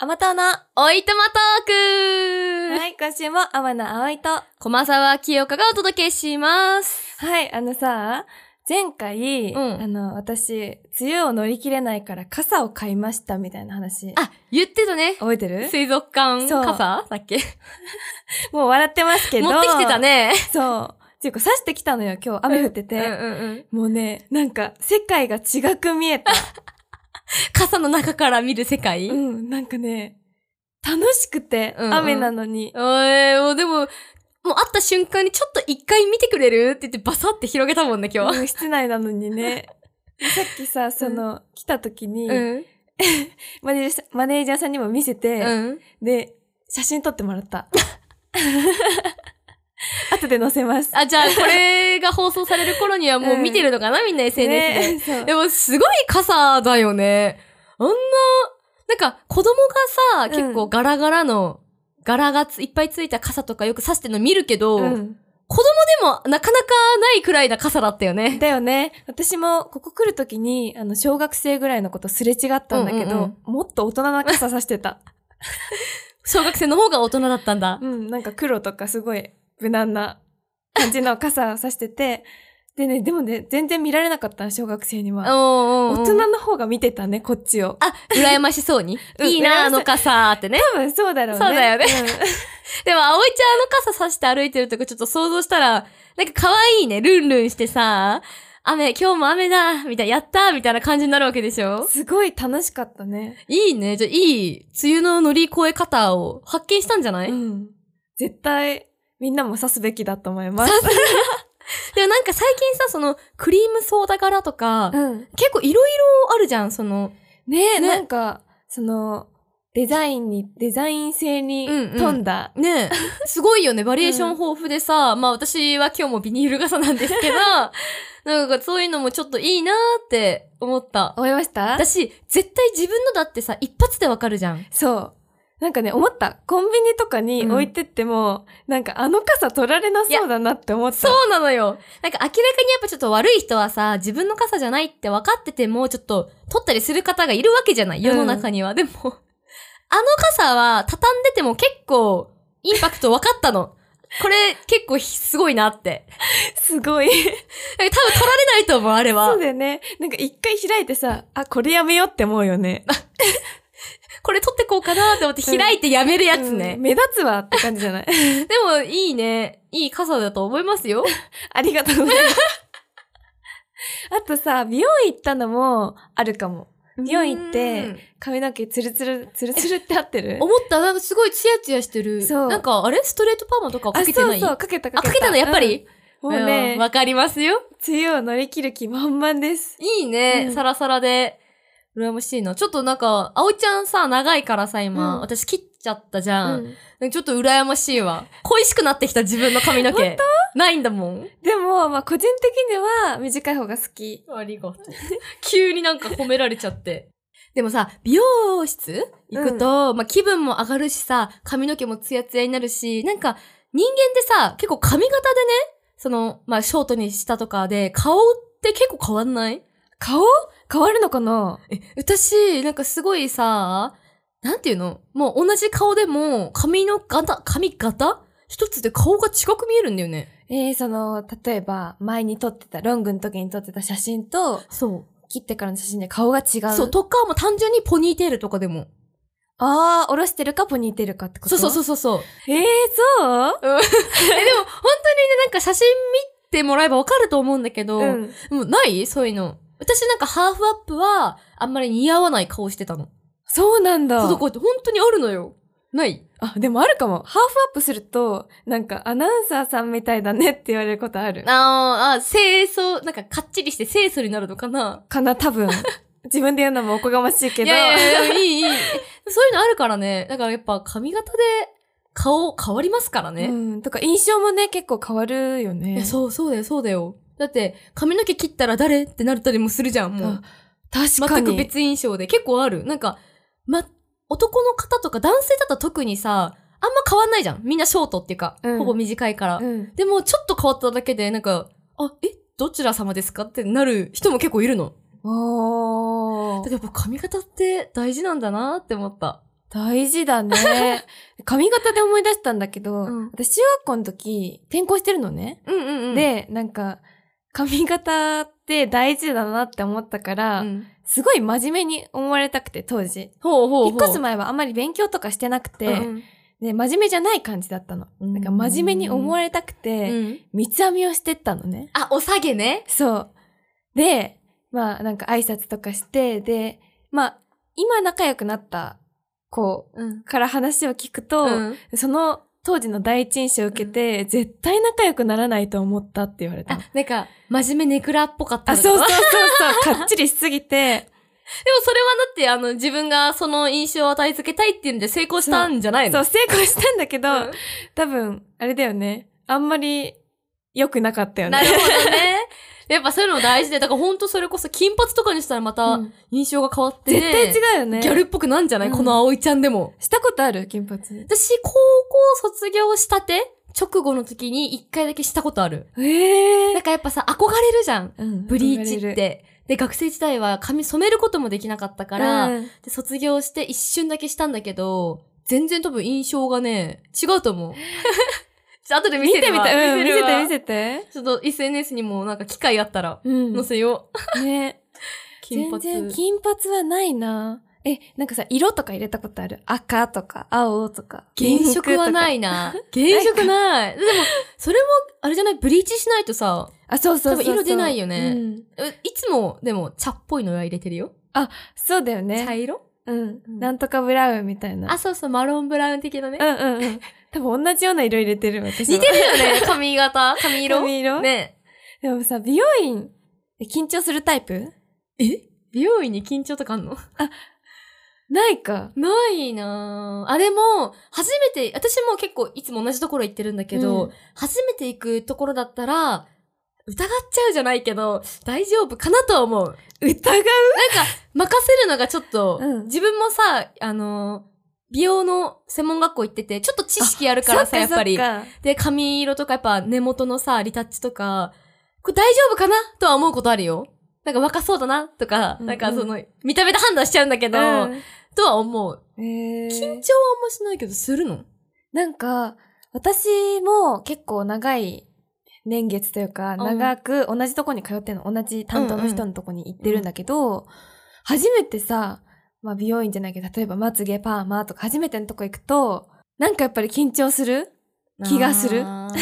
アマトのおいとまトークはい、今週も天野葵と。は駒沢清香がお届けします。い、あのさ、前回、うんあの、私、梅雨を乗り切れないから傘を買いましたみたいな話。あ、言ってたね。覚えてる水族館そう傘だっけもう笑ってますけど。持ってきてた。ね。そう。っていうか、刺してきたのよ、今日。雨降ってうんうて。んうん。もうね、なんか、世界が違く見えた。傘の中から見る世界、うおん、なんかね、楽しくて、うんうん雨なのに。えー、もうでも、もう会った瞬間にちょっと一回見てくれるって言ってバサって広げたもんね、今日。うん室内なのに ね。さっきさ、その、来た時に、うん。マネージャーマネージャーさんにも見せて、うん。で、写真撮ってもらった。 後で載せます。あ、じゃあこれが放送される頃にはもう見てるのかな、みんな SNS で。ねそう でもすごい傘だよね。あんな、なんか子供がさ、ん結構ガラガラの、柄がついっぱいついた傘とかよく差してるの見るけど、うでんもなかなかないくらいな傘だったよね。だよね。私も、ここ来るときに、あの、小学生ぐらいのことすれ違ったんだけど、うんうんもっと大人な傘さしてた。 小学生の方が大人だったんだ。うん、なんか黒とかすごい無難な感じの傘さしてて、でね、でもね、全然見られなかったの小学生におは。ーおーお大ー人の方が見てたね、こっちを。あ、羨ましそうに。 うんいい羨ましな、いあの傘ってね。多分そうだろうね。そうだよねうんでも、葵ちゃんあの傘差して歩いてるとこちょっと想像したら、なんか可愛いね、ルンルンしてさ、雨、今日も雨だ、みたいな、やったみたいな感じになるわけでしょ すごい楽しかったね。いいね。じゃあ、いい、梅雨の乗り越え方を発見したんじゃない、うん。絶対、みんなも刺すべきだと思います。 でもなんか最近さ、その、クリームソーダ柄とか、うん。結構いろいろあるじゃん、その、ねえ、ねなんか、その、デザインに、デザイン性にうんうん富んだ。 ねえ、すごいよね。バリエーション豊富でさ、まあ私は今日もビニール傘なんです けど、なんかそういうのもちょっといいなーって思った。思いました私、絶対自分のだってさ、一発でわかるじゃん。そう。なんかね、思った。コンビニとかに置いてっても、なんかあの傘取られなそうだなって思った。そうなのよ。なんか明らかにやっぱちょっと悪い人はさ、自分の傘じゃないって分かってても、ちょっと取ったりする方がいるわけじゃない、世の中には。でも、あの傘は畳んでても結構インパクト分かったの。これ結構ひすごいなって。すごい。なんか多分取られないと思う、あれそはう。だよね。なんか一回開いてさ、あ、これやめようって思うよね。これ取ってこうかなって思って開いてやめるやつうねん。目立つわって感じじゃない でもいいね。いい傘だと思いますよ。ありがとうございます。あとさ、美容院行ったのもあるかも。美容院行ってうん、髪の毛ツルツル、ツルツルって合ってる思った、なんかすごいツヤツヤしてる。そうなんか、あれストレートパーマとかかけてないあ、そうそう、かけたかあ、けた。かけたのやっぱり、うん、もうねん、わかりますよ。梅雨を乗り切る気満々です。いいね、うんサラサラで。羨ましいな。ちょっとなんか、葵ちゃんさ、長いからさ、今、うん私切っちゃったじうゃん。ん。なんかちょっと羨ましいわ。恋しくなってきた自分の髪の毛。本ないんだもん。でも、まあ、個人的には短い方が好き。ありがとう。 急になんか褒められちゃって。でもさ、美容室行くと、まあ、気分も上がるしさ、髪の毛もツヤツヤになるし、なんか、人間ってさ、結構髪型でね、その、まあ、ショートにしたとかで、顔って結構変わんない顔変わるのかなえ、私、なんかすごいさ、なんていうのもう同じ顔でも、髪の型、髪型一つで顔が違く見えるんだよね。えー、その、例えば、前に撮ってた、ロングの時に撮ってた写真と、そ切ってからの写真で顔が違う。う。そう、。とかも単純にポニーテールとかでも。あー、下ろしてるかポニーテールかってこと。そうそうそううそう そう。え、えー、そうでも、本当にね、なんか写真見てもらえばわかると思うんだけど、うん。もうないそういうの。私なんかハーフアップは、あんまり似合わない顔してたの。そうなんだ。そうそう、こうやって本当にあるのよ。ないあ、でもあるかも。ハーフアップすると、なんかアナウンサーさんみたいだねって言われることある。あーあ、清楚、なんかかっちりして清楚になるのかなかな、多 分。自分で言うのもおこがましいけど。いやいやいや、いい、いい。 そういうのあるからね。だからやっぱ髪型で顔変わりますからね。うん。とか印象もね、結構変わるよいやね。そう、そうだよ、そうだよ。だって、髪の毛切ったら誰ってなったりもするじゃん、もう。確か全に。く別印象で。結構ある。なんか、ま、男の方とか男性だったら特にさ、あんま変わんないじゃん。みんなショートっていうか、うんほぼ短いから。うん。でも、ちょっと変わっただけで、なんか、あ、え、どちら様ですかってなる人も結構いるの。おだかー。らやっぱ髪型って大事なんだなって思った。大事だね。 髪型で思い出したんだけど、うん私中学校の時転校してるのね。うんうんうん。、で、なんか、髪型って大事だなって思ったから、うん、すごい真面目に思われたくて、当時。ほうほうほう。引っ越す前はあんまり勉強とかしてなくて、うんで、真面目じゃない感じだったの。うんなんか真面目に思われたくうんて、うん三つ編みをしてったのね。あ、お下げね。そう。で、まあなんか挨拶とかして、で、まあ今仲良くなった子うん。から話を聞くと、うん、その当時の第一印象を受けて、絶対仲良くならないと思ったって言われたあの。、なんか、真面目ネクラっぽかったあ、のかなそうそうそうそう、かっちりしすぎ て、でもそれはだって、あの、自分がその印象を与え付けたいっていうんで成功したんじゃないそのう、成功したんだけど、うん多分、あれだよね。あんまり良くなかったよなね。るほどね。 やっぱそういうの大事で、だからほんとそれこそ金髪とかにしたらまうたん印象が変わってね、 絶対違うよね。ギャルっぽくなんじゃない、うんこの葵ちゃんでも。したことある金髪。私、高校卒業したて直後の時に一回だけしたことある。えなんかやっぱさ、憧れるじゃん。うんブリーチって。で、学生時代は髪染めることもできなかった憧かれるら、うんで、卒業して一瞬だけしたんだけど、全然多分印象がね、違うと思う。ちょっ と後で見見せてるみわたい。うん見るせわて見せて。ちょっと SNS にもなんか機会あったら、うん載せよう。ね。金髪。全然金髪はないな。え、なんかさ、色とか入れたことある赤とか、青とか。。原色はないいな。原色ない。でも、それも、あれじゃない、ブリーチしないとさ、あ、そうそうそうそう。多分色出ないよねうんえいつも、でも、茶っぽいのは入れてるよ。そうだよね。色うんうん。なんとかブラウンみたいな。あ、そうそう、マロンブラウン的なねう。んうんうん。多分同じような色入れてる私も似てるよね、髪型、髪色。髪色ね。でもさ、美容院、え緊張するタイプえ美容院に緊張とかあんのないか。ないなぁ。あ、でも、初めて、私も結構いつも同じところ行ってるんだけど、うん初めて行くところだったら、疑っちゃうじゃないけど、大丈夫かなとは思う。疑う任せるのがちょっと、うん自分もさ、あの、美容の専門学校行ってて、ちょっと知識あるからさ、やっぱり。そっかで、髪色とかやっぱ根元のさ、リタッチとか、これ大丈夫かなとは思うことあるよ。なんか若そうだなとか、うんうんなんかその、見た目で判断しちゃうんだけそっど、かとは思う。うんえ緊張はあんーましないけど、するのなんか、私も結構長い年月というか、ん長く同じとこに通ってんの、同じ担当の人のとこに行ってるんだけど、初めてさ、まあ美容院じゃないけど、例えばまつげパーマとか初めてのとこ行くと、なんかやっぱり緊張する 気がするあー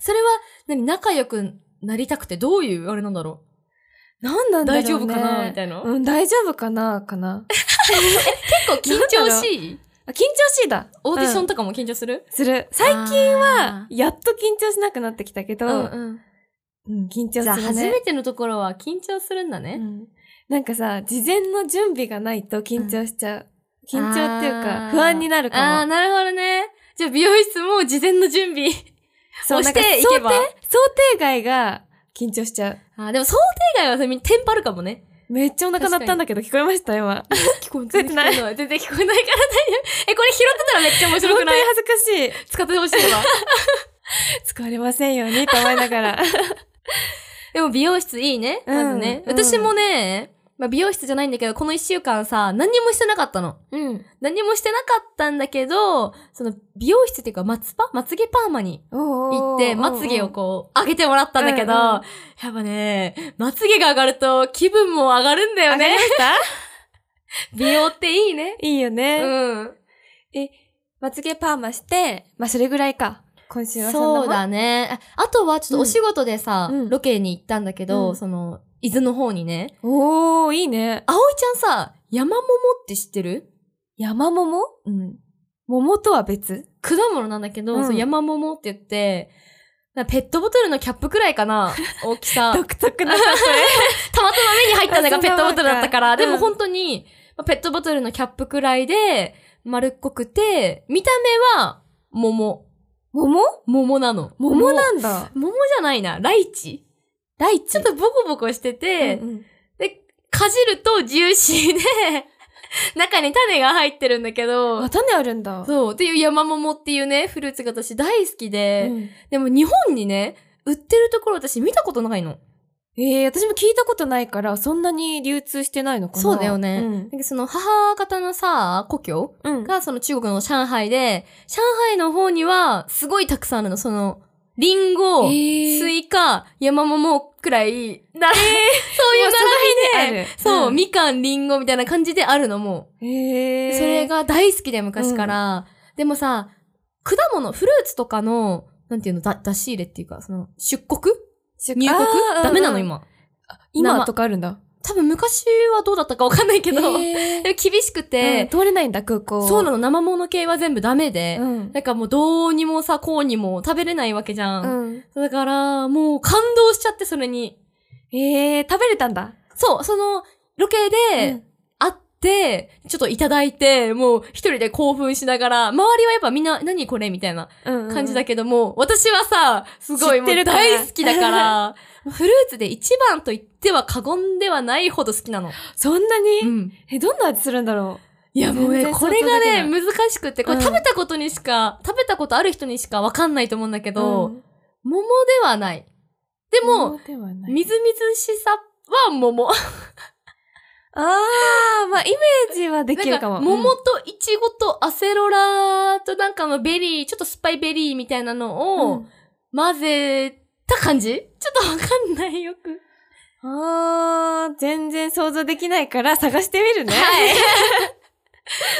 それは、何、仲良くなりたくて、どういう、あれなんだろなんなう。んだろ大うね。丈夫かなみたいな。うん、大丈夫かなかな。結構緊張しいあ緊張しいだ。オーディショうンんとかも緊張するする。最近近、、やっと緊張しなくなってきたけど、うんうん。うん緊張する、ね。じゃあ、初めてのところは緊張するんだね。うんなんかさ、事前の準備がないと緊張しちゃう。緊張っていうあーか、不安になるあかあ、も。なるほどね。じゃあ、美容室も事前の準 備。そう、押なんしてかいけば想定想定外が緊張しちゃう。あーでも、想定外はそれみんなテンパるかもね。めっちゃお腹鳴ったんだけど聞こえました今。聞こえ全然聞こえないない。全然聞こえないから大丈夫。え、これ拾ってたらめっちゃ面本白当くにない恥ずかし使ってほしいわ。い。使われませんようにと思いなが ら。でも美容室いいね。うんまずね。うん私もね、まあ、美容室じゃないんだけど、この一週間さ、何にもしてなかったの。うん。何もしてなかったんだけど、その美容室っていうか、まつぱまつげパーマに行行って、まつげをこう、上げてもらったんだけど、うんうんやっぱね、まつげが上がると気分も上がるんだよ上がりねま。した美容っていいね。いいようね。ん。え、まつげパーマして、まあ、それぐらいか。今週はそそうんなもんだね。ああとは、ちょっとお仕事でさ、うんロケに行ったんだけど、うんその、伊豆の方にね、おー、いいね。葵ちゃんさ、山桃って知ってる山桃うん。桃とは別果物なんだけど、うんそう山桃って言って、なんかペットボトルのキャップくらいか な大きさ。たま独特な例え。たま目に入ったのがあペットボトルだったから、そうなんだでうもん本当に、まあペットボトルのキャップくらいで、丸っこくて、見た目は、桃。桃桃なの。桃なんだ。桃じゃないな、ライチ。ライチちょっとボコボコしてて、うんうんで、かじるとジューシー で、中に種が入ってるんだけどあ、、種あるんだ。そう、っていう山桃っていうね、フルーツが私大好きで、うんでも日本にね、売ってるところ私見たことないの。えええ私も聞いたことないから、そんなに流通してないのかなそうだよねうんなんかその母方のさ、故郷うん。がその中国の上海で、上海の方にはすごいたくさんあるの。その、リンゴ、ースイカ、山桃くら い、なそういう並びで、そう、み、みかん、りんごみたいな感じであるのもう。えー、それ、が大好きで昔から。でもさ、果物、フルーツとかの、なんていうの、だ出し入れっていうか、その、出国入国あーダメなのうんうん今。今生とかあるんだ。多分昔はどうだったかわかんないけど、えーでも厳しくうんて、通れないんだ、空港。そうなの、生物系は全部ダメで、うん。なんかもうどうにもさ、こうにも食べれないわけじゃ。うんん。だから、もう感動しちゃって、それに。えー、食べれたんだ。そう、その、ロケうでん、会って、ちょっといただいて、もう一人で興奮しながら、周りはやっぱみんな、何これみたいなうんうん感じだけども、私はさ、すごい知っもてうるから大好きだ から、フルーツで一番と言っては過言ではないほど好き なの。そんなに、ん。え、どんな味するんだろいやもう全ね、然これがね、想難しくって、これうん食べたことにしか、食べたことある人にしかわかんないと思うんだけうど、うん桃ではない。でも、そうではないみずみずしさは桃。あー、まあ、イメージはできるかも。なん桃とイチゴとアセロラとなんかのベリー、ちょっと酸っぱいベリーみたいなのをを、混ぜた感じ、ちょっとわかんないよく。あー、全然想像できないから探してみるね。 い。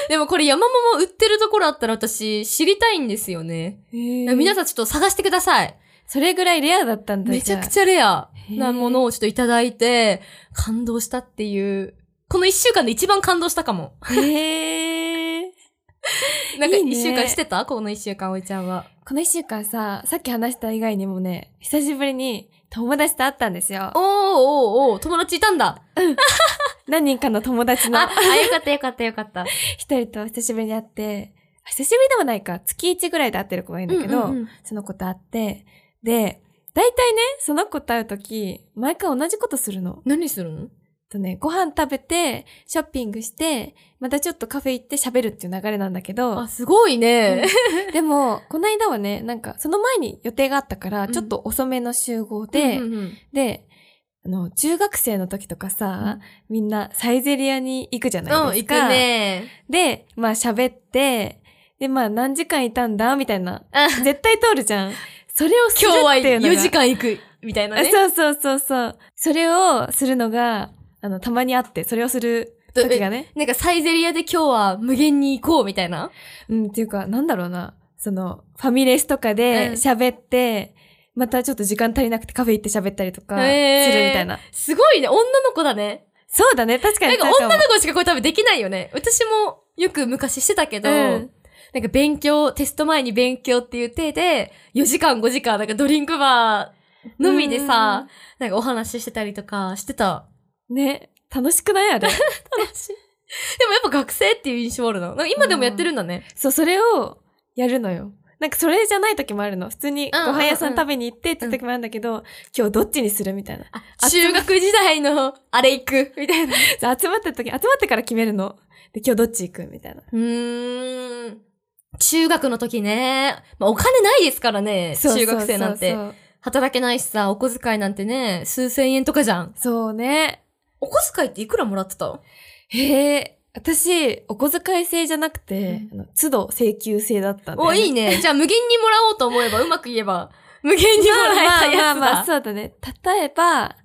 でもこれ山桃売ってるところあったら私知りたいんですよね。皆ささん、んちょっと探してください。それぐらいレアだったんだめちゃくゃ。ちゃレアへーなものをちょっといただいて、感動したっていう。この一週間で一番感動したか も。へー。なんかいいね一週間してたこの一週間、おいちゃんは。この一週間さ、さっき話した以外にもね、久しぶりに友達と会ったんですよお。ーおーおー友達いたん だ。何人かの友達のあ、あ、よかったよかったよかった。一人と久しぶりに会って、久しぶりでもないか、月一ぐらいで会ってる子がいるんだけうど、んうんうんその子と会って、で、大体ね、その子と会うとき、毎回同じことするの。何するのとね、ご飯食べて、ショッピングして、またちょっとカフェ行って喋るっていう流れなんだけどあ、、すごいね。でも、この間はね、なんか、その前に予定があったから、うんちょっと遅めの集合で、うんうんで、あの、中学生の時とかさ、みんなサイゼリアに行くじゃうん、うなんいで行すくか。ね。で、まあ喋って、で、まあ何時間いたんだみたいな。あ絶対通るじゃん。それをする今日はっていうのが。 4時間行く、みたいなね。あそうそうそうそう。それをするのが、あの、たまにあって、それをするど時がね。なんかサイゼリアで今日は無限に行こう、みたいな。うん、っていうか、なんだろうな。その、ファミレスとかうんで喋って、またちょっと時間足りなくてカフェ行って喋ったりとか、するみへーたいな。すごいね、女の子だね。そうだね、確か なにんかそうかも。女の子しかこれ多分できないよね。私もよく昔してたけど、うんなんか勉強、テスト前に勉強っていう体で、4時間5時間、なんかドリンクバーのみでさ、なんかお話ししてたりとかしてた。ね、楽しくない あれ。でもやっぱ学生っていう印象あるの。なんか今でもやってるんだね。そう、それをやるのよ。なんかそれじゃない時もあるの。普通にごうんうんうん飯屋さん食べに行ってって時もあるんだけど、今日どっちにするみたいな。中学時代のあれ行 く、みたいな。集まった時、集まってから決めるの。で、今日どっち行くみたいな。うーん。中学の時ね。まあ、お金ないですからね。そうそう中学生なんて。そうそう働けないしさ、お小遣いなんてね、数千円とかじゃん。そうね。お小遣いっていくらもらってたへえ。私、お小遣い制じゃなくて、あの都度請求制だったんだよお、いいね。じゃあ無限にもらおうと思えば、うまく言えば、 無限にもらえたやつだ。まあまあまあまあ、そうだね。例えば、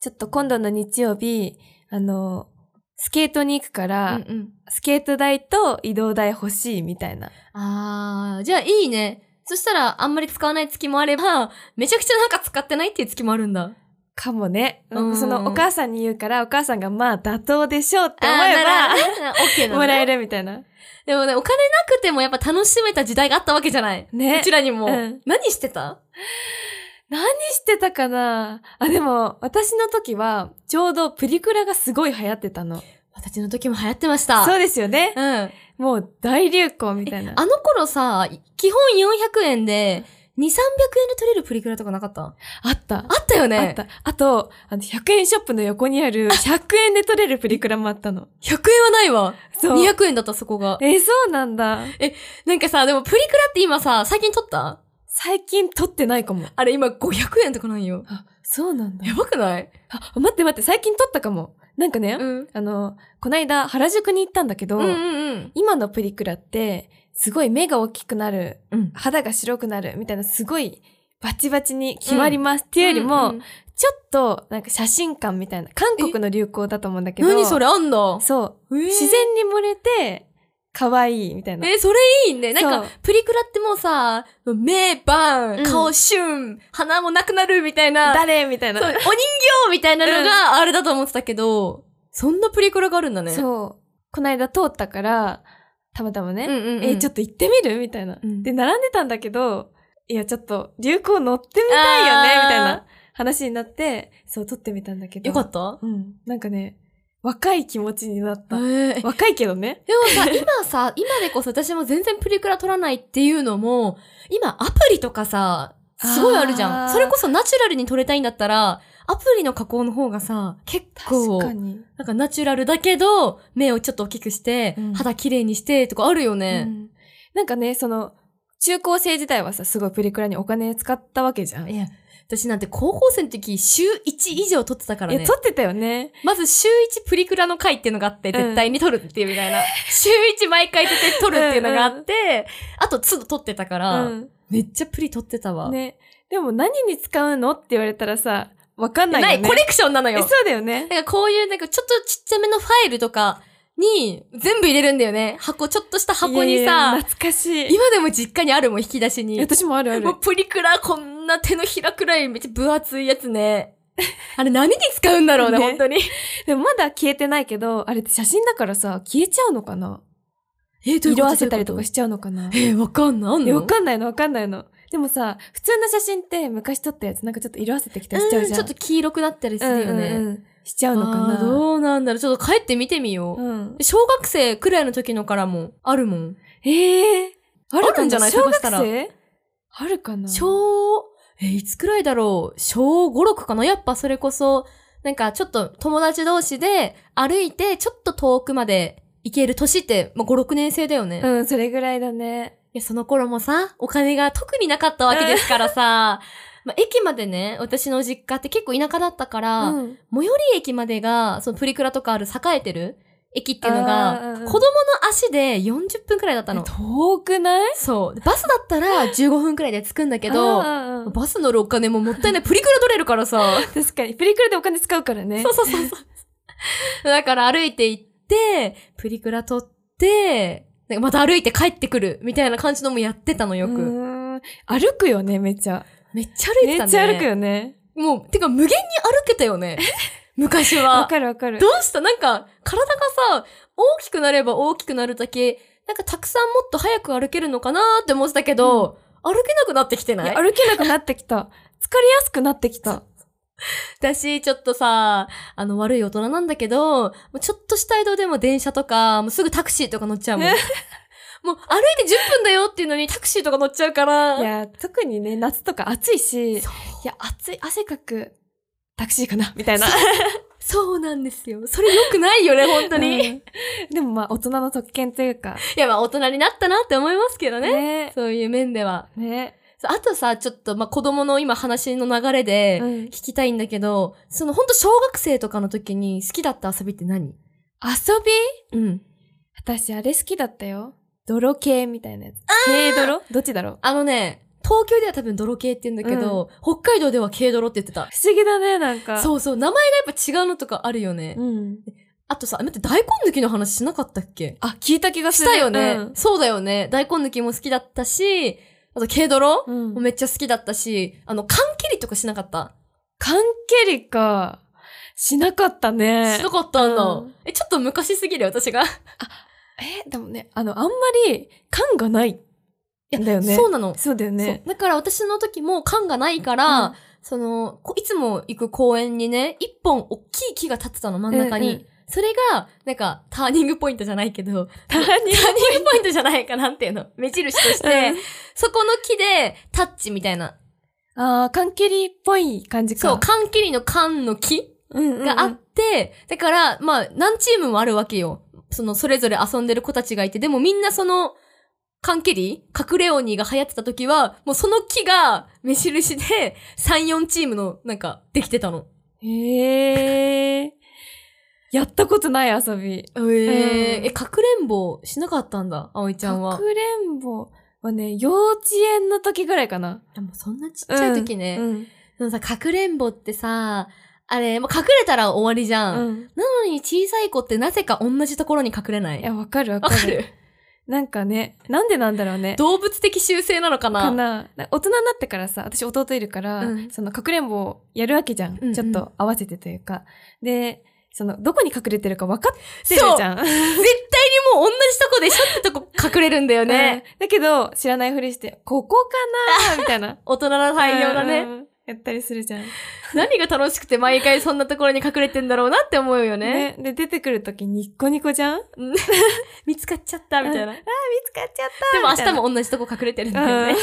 ちょっと今度の日曜日、あの、スケートに行くから、うんうんスケート代と移動代欲しいみたいな。あー、じゃあいいね。そしたら、あんまり使わない月もあれば、めちゃくちゃなんか使ってないっていう月もあるんだ。かもね。うんそのお母さんに言うから、お母さんがまあ妥当でしょうって思あーなるえほどね OK なば、の もらねえるみたいな。でもね、お金なくてもやっぱ楽しめた時代があったわけじゃない。ねうちらにも。うん何してた何してたかなあ、でも、私の時は、ちょうどプリクラがすごい流行ってたの。私の時も流行ってました。そうですよねう。ん。もう大流行みたいな。あの頃さ、基本400円で、2、300円で取れるプリクラとかなかったああった。ったよね。あった。あと、あの、100円ショップの横にある、100円で取れるプリクラもあったの。 100円はないわ。そう。 200円だった、そこが。え、そうなんだ。なんかさ、でもプリクラって今さ、最近撮った最近取ってないかも。あれ今500円とかなんよ。あ、そうなんだや。ばくないあ、待って待って、最近取ったかも。なんかね、うん。あの、こないだ原宿に行ったんだけど、うんうん今のプリクラって、すごい目が大きくなる、うん。肌が白くなる、みたいな、すごい、バチバチに決まります、っていうよりも、うんうん、ちょっと、なんか写真館みたいな、韓国の流行だと思うんだけど、何それあんだそう、自自然然に漏れて、可愛いみたいな。えー、それいいね。なんかそう、プリクラってもうさ、目、バーうんン、顔、シュン、鼻もなくなるみたいな、そう誰みたいおな。人形みたいなのがあれだと思ってたけど、そんなプリクラがあるんだね。う。そう。この間通ったから、たまたまね、んうん、うん。えーちょっっと行ってみるみたいな。うんで、並んでたんだけど、いや、ちょっと、流行乗ってみたいよねあーみたいな話になって、そう、撮ってみたんだけど。よかったた。うん。なんかね、若い気持ちになっえた。ー若いけどね。でも さ、今さ、今でこそ私も全然プリクラ撮らないっていうのも、今アプリとかさ、すごいあるじゃあん。ーそれこそナチュラルに撮れたいんだったら、アプリの加工の方がさ、結確構、かに。なんかナチュラルだけど、目をちょっと大きくして、うん肌綺麗にしてとかあるよねう。んなんかね、その、中高生時代はさ、すごいプリクラにお金使ったわけじゃん。いや、私なんて高校生の時、週1以上撮ってたからえ、ね撮。ってたよね。まず週1プリクラの回っていうのがあって、うん絶対に撮るっていうみたいな。週1毎回絶対撮るっていうのがあって、あと都度撮ってたかうら、ん。めっちゃプリ撮ってたわ。ね。でも何に使うのって言われたらさ、わかんなないいよね。コレクションなのえ、よそう。だよなね。んかこういうなんかちょっとちっちゃめのファイルとかに全部入れるんだよね。箱、ちょっとした箱いやにいやさ、懐かしい。今でも実家にあるもん、引き出しに。私もあるあるも。うプリクラ、こんな手のひらくらいめっちゃ分厚いやつね。 あれ何に使うんだろうね、ね本当に。でもまだ消えてないけど、あれって写真だからさ、消えちゃうのかなえ、どういうこと色あせたりとかしちゃうのかなえー、わかんない。あんいや、わのかんないのわかんないの。でもさ、普通の写真って昔撮ったやつなんかちょっと色あせてきたりしちゃうじゃん。ちょっと黄色くなったりするよね。うんうんうんしちゃうのかあーなどうなんだろう。ちょっと帰って見てみよう。うん。小学生くらいの時のからもあるもん。ええー。ああるんじゃない小学探生あるかな小、えーいつくらいだろう小5、6かなやっぱそれこそ、なんかちょっと友達同士で歩いてちょっと遠くまで行ける年って、まあ、5、6年生だよね。いうん、それぐらいだね。や、その頃もさ、お金が特になかったわけですからさ、まあ、駅までね、私の実家って結構田舎だったから、うん。最寄り駅までが、そのプリクラとかある栄えてる駅っていうのあーがうんうん、子供の足で40分くらいだったの。遠くないそう。バスだったら15分くらいで着くんだけど、あーバス乗るお金ももったいない。プリクラ取れるからさ。確かに。プリクラでお金使うからね。そうそうそうそう。だから歩いて行って、プリクラ取って、なんかまた歩いて帰ってくる、みたいな感じのもやってたのようく。ーん歩くよね、めっちゃ。めっちゃ歩いてめたっね。ちゃ歩くよね。もう、てか無限に歩けたよね。 昔 わは。かるわかるど。うしたなんか、体がさ、大きくなれば大きくなるだけ、なんかたくさんもっと早く歩けるのかなって思ってたけど、歩けなくなってきてないいや歩けなくなってきた。疲れやすくなってきた。私、ちょっとさ、あの、悪い大人なんだけど、もうちょっとした移動でも電車とか、もうすぐタクシーとか乗っちゃう もん。もねう歩いて10分だよっていうのにタクシーとか乗っちゃうから。いや、特にね、夏とか暑いし、いそうや、暑い、汗かく、タクシーかな、 みたいな。そうなんですよ。それ良くないよね、本当に。いうんでもまあ、大人の特権というか。や、まあ大人になったなって思いますけどね。ね。そういう面では。ね。そうあとさ、ちょっと、まあ、子供の今話の流れで、うん聞きたいんだけど、そのほんと小学生とかの時に好きだった遊びって何遊びうん。私、あれ好きだったよ。泥系みたいなやつ。軽泥どっちだろうあのね、東京では多分泥系って言うんだけど、北海道では軽泥って言ってた。不思議だね、なんか。う。そうそう、名前がやっぱ違うのとかあるよね。うん。あとさ、待って、大根抜きの話しなかったっけあ、聞いた気がしする。たよね、うんそうだよね。大根抜きも好きだったし、あと軽泥、うんもめっちゃ好きだったし、あの、缶蹴りとかしなかった。関係りか、しなかったねしな。かったんだ、うんえ、ちょっと昔すぎるよ私が。え、でもね、あの、あんまり、感がない。だよね。そうなの。そうだよね。そうだから私の時も缶がないから、うんその、こいつも行く公園にね、一本大きい木が立ってたの、真ん中に。うんうんそれが、なんか、ターニングポイントじゃないけど、ターニングポイントターニングポイントじゃないかなんていうの、目印として、うんそこの木で、タッチみたいな。ああ、缶蹴りっぽい感じか。そう、缶切りの缶の木うんうんうん、があって、だから、まあ、何チームもあるわけよ。その、それぞれ遊んでる子たちがいて、でもみんなその、缶蹴り隠れ鬼が流行ってた時は、もうその木が目印で3、4チームのなんかできてたの。へえ。やったことない遊び。えー、え、かくれんぼしなかったんだ、葵ちゃんはか。くれんぼはね、幼稚園の時ぐらいかな。でもそんなちっちゃい時ね。うん。でもさ、かくれんぼってさ、あれ、もう隠れたら終わりじゃん。うん。なのに小さい子ってなぜか同じところに隠れないいや、わかるわわかかる。るなんかね、なんでなんだろうね。動物的習性なのかなかなな大人になってからさ私弟いるから、うんそのかくれんぼをやるわけじゃん、うんうんちょっと合わせてというかでそのどこに隠れてるか分かってるじゃん絶対にもう同じとこでしょってとこ隠れるんだよね。 うんだけど知らないふりしてここかなみた いな大人の対応だうんね。うんやったりするじゃん、何が楽しくて毎回そんなところに隠れてんだろうなって思うよね。ねで出てくる時ニッコニコじゃん見つかっちゃったみたいな。で使っちゃっも明みたい日なも同じとこ隠れてるんだよね。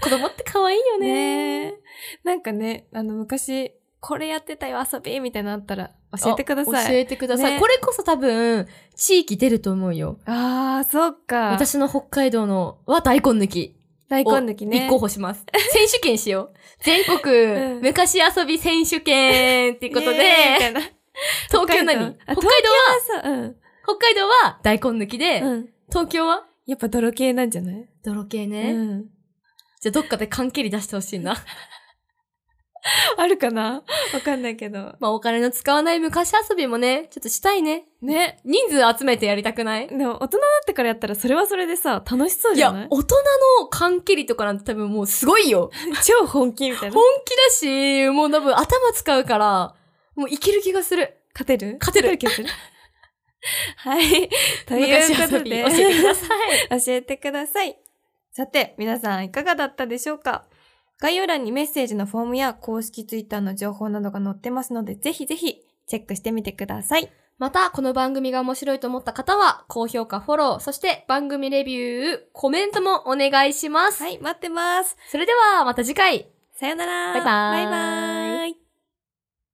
子供って可愛い よね。ねえなんかねあの昔これやってたよ遊びみたいなのあったら教えてくだあさ教いえてください。ねこれこそ多分、地域出ると思うよ。ああそっか私の北海道のは大根抜き。大根抜立きね候補します。選手権しよ う。全国、うん昔遊び選手権っていうことで、イエーイみたいな東京何あ北海道は、東京はさ、うん。北海道は大根抜きで、うん。東京はやっぱ泥系なんじゃない泥系うね。ん。じゃあどっかで缶蹴り出してほしいな。あるかな わかんないけど。まあお金の使わない昔遊びもね、ちょっとしたいね。ね。人数集めてやりたくないでも大人になってからやったらそれはそれでさ、楽しそういじゃなやい、大人の缶蹴りとかなんて多分もうすごいよ。超本気みたいな本。気だし、もう多分頭使うから、もういける気がする。勝てる勝てる気 がするはい。と昔いうこ遊とびで、教えてください。教えてください。さて、皆さんいかがだったでしょうか概要欄にメッセージのフォームや公式ツイッターの情報などが載ってますので、ぜひぜひチェックしてみてください。また、この番組が面白いと思った方は、高評価、フォロー、そして番組レビュー、コメントもお願いします。はい、待ってます。それでは、また次回。さよなら。バイバーイバイバーイ